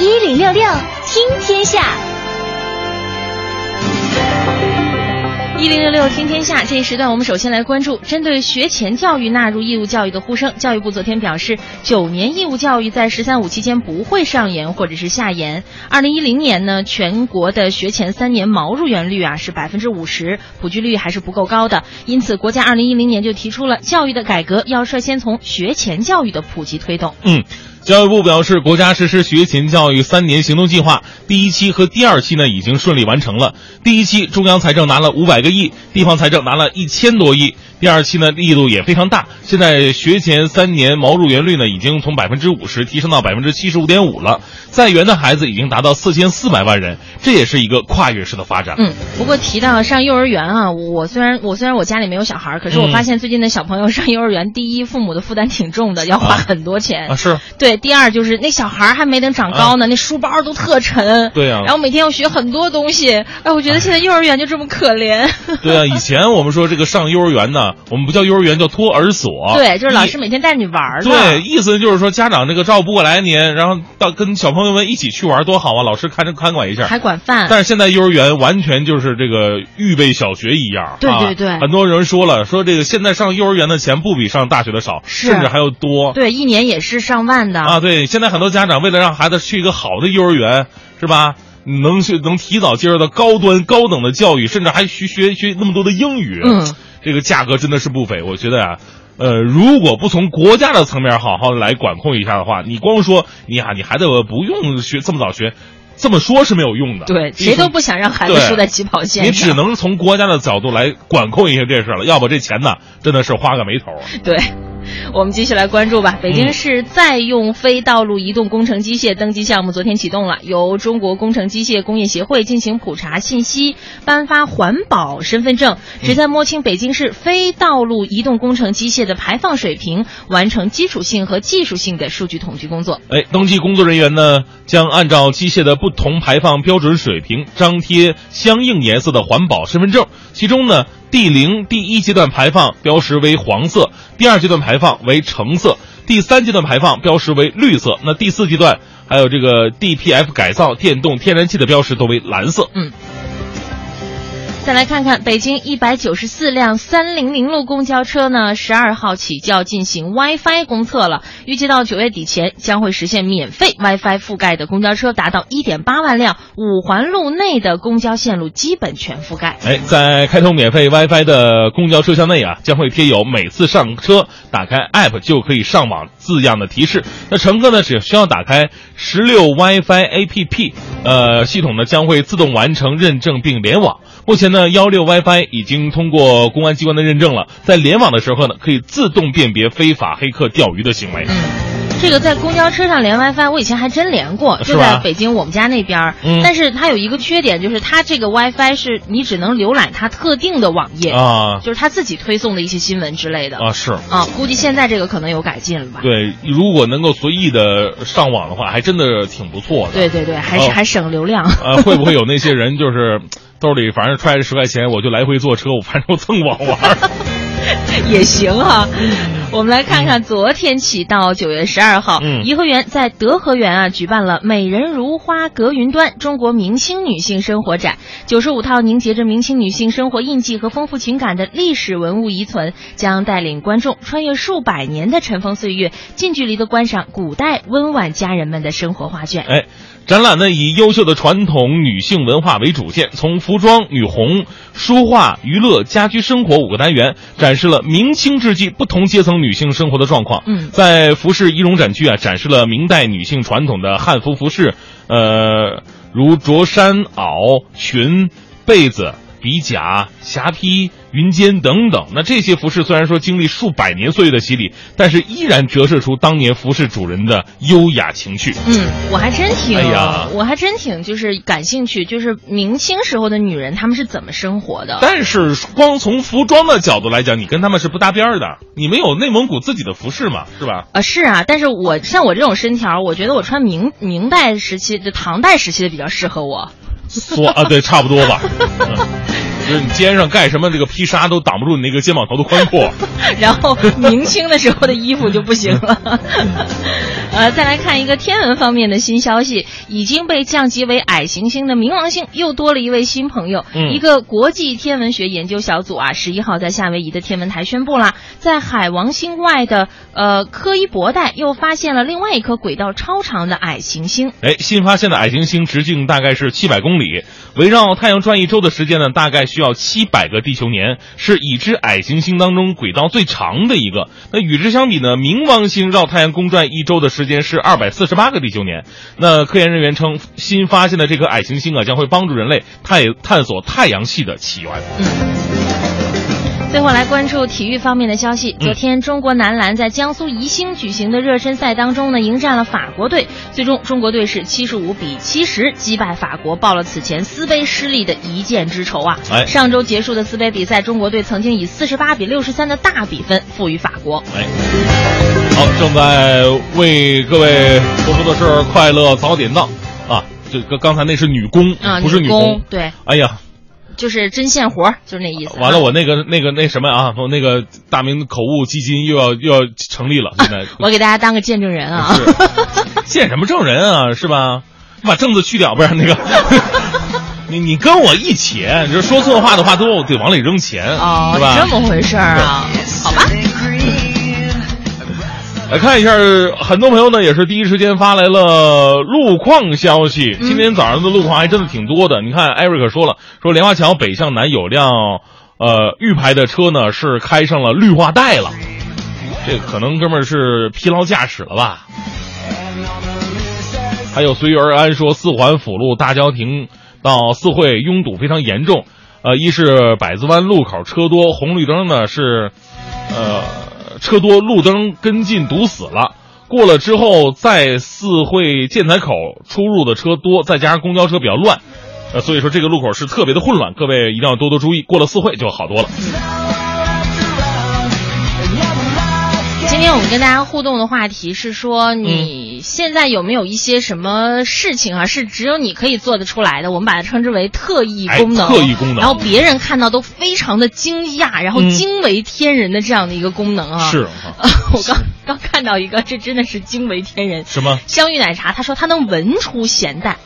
一零六六听天下，一零六六听天下这一时段，我们首先来关注针对学前教育纳入义务教育的呼声。教育部昨天表示，九年义务教育在“十三五”期间不会上延或者是下延。二零一零年呢，全国的学前三年毛入园率啊是百分之五十，普及率还是不够高的。因此，国家二零一零年就提出了教育的改革要率先从学前教育的普及推动。嗯。教育部表示，国家实施学前教育三年行动计划第一期和第二期呢，已经顺利完成了。第一期，中央财政拿了五百个亿，地方财政拿了一千多亿。第二期呢，力度也非常大。现在学前三年毛入园率呢，已经从百分之五十提升到百分之七十五点五了，在园的孩子已经达到四千四百万人，这也是一个跨越式的发展。嗯，不过提到上幼儿园啊，我虽然我虽然我家里没有小孩儿，可是我嗯发现最近的小朋友上幼儿园，第一父母的负担挺重的，要花啊很多钱。啊，是对，第二就是那小孩儿还没等长高呢，那书包都特沉。对啊然后每天要学很多东西，哎，我觉得现在幼儿园就这么可怜。对啊。以前我们说这个上幼儿园呢，我们不叫幼儿园，叫托儿所。 对，就是老啊一师每天带你玩儿呢。对，意思就是说家长这个照顾不过来您，然后到跟小朋友们一起去玩多好啊，老师看着看管一下。还管饭。但是现在幼儿园完全就是这个预备小学一样，对啊对对很多人说了，说这个现在上幼儿园的钱不比上大学的少，是甚至还要多。对，一年也是上万的。啊，对，现在很多家长为了让孩子去一个好的幼儿园，是吧？能去能提早接受到高端高等的教育，甚至还学学学那么多的英语，嗯，这个价格真的是不菲。我觉得啊，呃，如果不从国家的层面好好来管控一下的话，你光说你呀、你孩子不用学这么早学，这么说是没有用的。对，你谁从都不想啊让孩子对输在起跑线上。你只能从国家的角度来管控一下这事儿了，要不这钱呢，真的是花个没头啊。 对。我们继续来关注吧。北京市再用非道路移动工程机械登记项目昨天启动了，由中国工程机械工业协会进行普查信息，颁发环保身份证，旨在摸清北京市非道路移动工程机械的排放水平，完成基础性和技术性的数据统计工作。哎，登记工作人员呢，将按照机械的不同排放标准水平，张贴相应颜色的环保身份证。其中呢，D 零第一阶段排放标识为黄色，第二阶段排放为橙色，第三阶段排放标识为绿色，那第四阶段还有这个 DPF 改造电动天然气的标识都为蓝色。嗯再来看看北京一百九十四辆三零零路公交车呢，十二号起就要进行 WiFi 公测了，预计到九月底前将会实现免费 WiFi 覆盖的公交车达到一点八万辆，五环路内的公交线路基本全覆盖。哎，在开通免费 WiFi 的公交车厢内啊，将会贴有每次上车打开 App 就可以上网字样的提示。那乘客呢，只需要打开十六 WiFi APP，呃，系统呢将会自动完成认证并联网。目前呢，幺六 WiFi 已经通过公安机关的认证了，在联网的时候呢，可以自动辨别非法黑客钓鱼的行为。嗯这个在公交车上连 WiFi，我以前还真连过，是就吧在北京我们家那边儿。嗯但是它有一个缺点，就是它这个 WiFi 是你只能浏览它特定的网页，啊就是它自己推送的一些新闻之类的。啊，是。啊，估计现在这个可能有改进了吧？对，如果能够随意的上网的话，还真的挺不错的。对对对，还是、哦还省流量。呃，会不会有那些人就是兜里反正揣着十块钱，我就来回坐车，我反正我蹭网玩儿。 也行哈、我们来看看，昨天起到九月十二号，嗯颐和园在德和园啊举办了“美人如花隔云端”中国明星女性生活展，九十五套凝结着明星女性生活印记和丰富情感的历史文物遗存，将带领观众穿越数百年的尘封岁月，近距离的观赏古代温婉佳人们的生活画卷。哎，展览呢以优秀的传统女性文化为主线，从服装、女红、书画、娱乐、家居生活五个单元，展示了明清之际不同阶层女性生活的状况。嗯在服饰仪容展区啊，展示了明代女性传统的汉服服饰，呃，如着衫、袄、裙、被子。鼻甲、霞披、云肩等等，那这些服饰虽然说经历数百年岁月的洗礼，但是依然折射出当年服饰主人的优雅情趣。嗯，我还真挺，哎呀我还真挺就是感兴趣，就是明清时候的女人她们是怎么生活的？但是光从服装的角度来讲，你跟他们是不搭边儿的。你们有内蒙古自己的服饰嘛，是吧？啊，是啊，但是我像我这种身条，我觉得我穿明明代时期的、唐代时期的比较适合我。所啊，对，差不多吧。嗯就是你肩上盖什么这个披纱都挡不住你那个肩膀头的宽阔。然后明清的时候的衣服就不行了。呃，再来看一个天文方面的新消息，已经被降级为矮行星的冥王星又多了一位新朋友。嗯一个国际天文学研究小组啊，十一号在夏威夷的天文台宣布啦，在海王星外的呃柯伊伯带又发现了另外一颗轨道超长的矮行星。哎，新发现的矮行星直径大概是七百公里，围绕太阳转一周的时间呢，大概需要七百个地球年，是已知矮行星当中轨道最长的一个。那与之相比呢，冥王星绕太阳公转一周的时间是二百四十八个地球年。那科研人员称，新发现的这颗矮行星啊，将会帮助人类探探索太阳系的起源。最后来关注体育方面的消嗯息。昨天，中国男篮在江苏宜兴举行的热身赛当中呢，迎战了法国队，最终中国队是七十五比七十击败法国，报了此前丝杯失利的一箭之仇啊！哎上周结束的丝杯比赛，中国队曾经以四十八比六十三的大比分负于法国。哎，好，正在为各位播出的是《快乐早点到》啊，这个刚才那是女工，啊，不是女工。对，哎呀，就是针线活儿，就是那意思啊、完了，我那个那个那什么啊，我那个大明口误基金又要又要成立了，现在我给大家当个见证人 啊！是见什么证人啊，是吧？你把“正”字去掉，不然 那个，你你跟我一起，你这说错话的话都得往里扔钱， 哦，啊是吧？这么回事儿 啊？好吧。来看一下，很多朋友呢也是第一时间发来了路况消息。今天早上的路况还真的挺多的。你看，艾瑞克说了，说莲花桥北向南有辆呃玉牌的车呢是开上了绿化带了，这可能哥们儿是疲劳驾驶了吧？还有随遇而安说，四环辅路大郊亭到四惠拥堵非常严重。呃，一是百子湾路口车多，红绿灯呢是，呃，车多，路灯跟进堵死了。过了之后，在四惠建材口出入的车多，再加上公交车比较乱，呃，所以说这个路口是特别的混乱，各位一定要多多注意。过了四惠就好多了。今天我们跟大家互动的话题是说，嗯你现在有没有一些什么事情啊，是只有你可以做得出来的？我们把它称之为特异功能。哎特异功能然后别人看到都非常的惊讶，然后嗯惊为天人的这样的一个功能啊。是 我刚刚看到一个，这真的是惊为天人。什么香芋奶茶，他说他能闻出咸淡，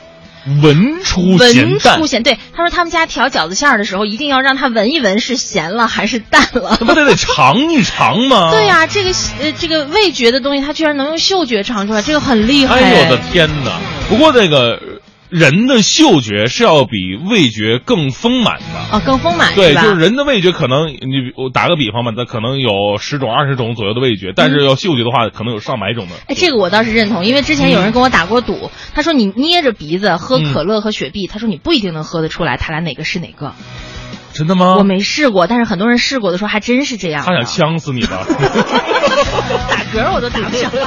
闻出咸闻淡出，咸对，他说他们家调饺子馅儿的时候，一定要让他闻一闻是咸了还是淡了。那不得得尝一尝吗？对、呀、这个呃，这个味觉的东西，它居然能用嗅觉尝出来，这个很厉害。哎呦我的天哪！不过这个人的嗅觉是要比味觉更丰满的。哦，更丰满对，吧？就是人的味觉可能你我打个比方吧，那可能有十种、二十种左右的味觉，但是要嗅觉的话，可能有上百种的。哎，这个我倒是认同，因为之前有嗯人跟我打过赌，他说你捏着鼻子喝可乐和雪碧，他说你不一定能喝得出来，他俩哪个是哪个。真的吗？我没试过，但是很多人试过 的时候还真是这样他的。想呛死你吧。打嗝我都打不上来。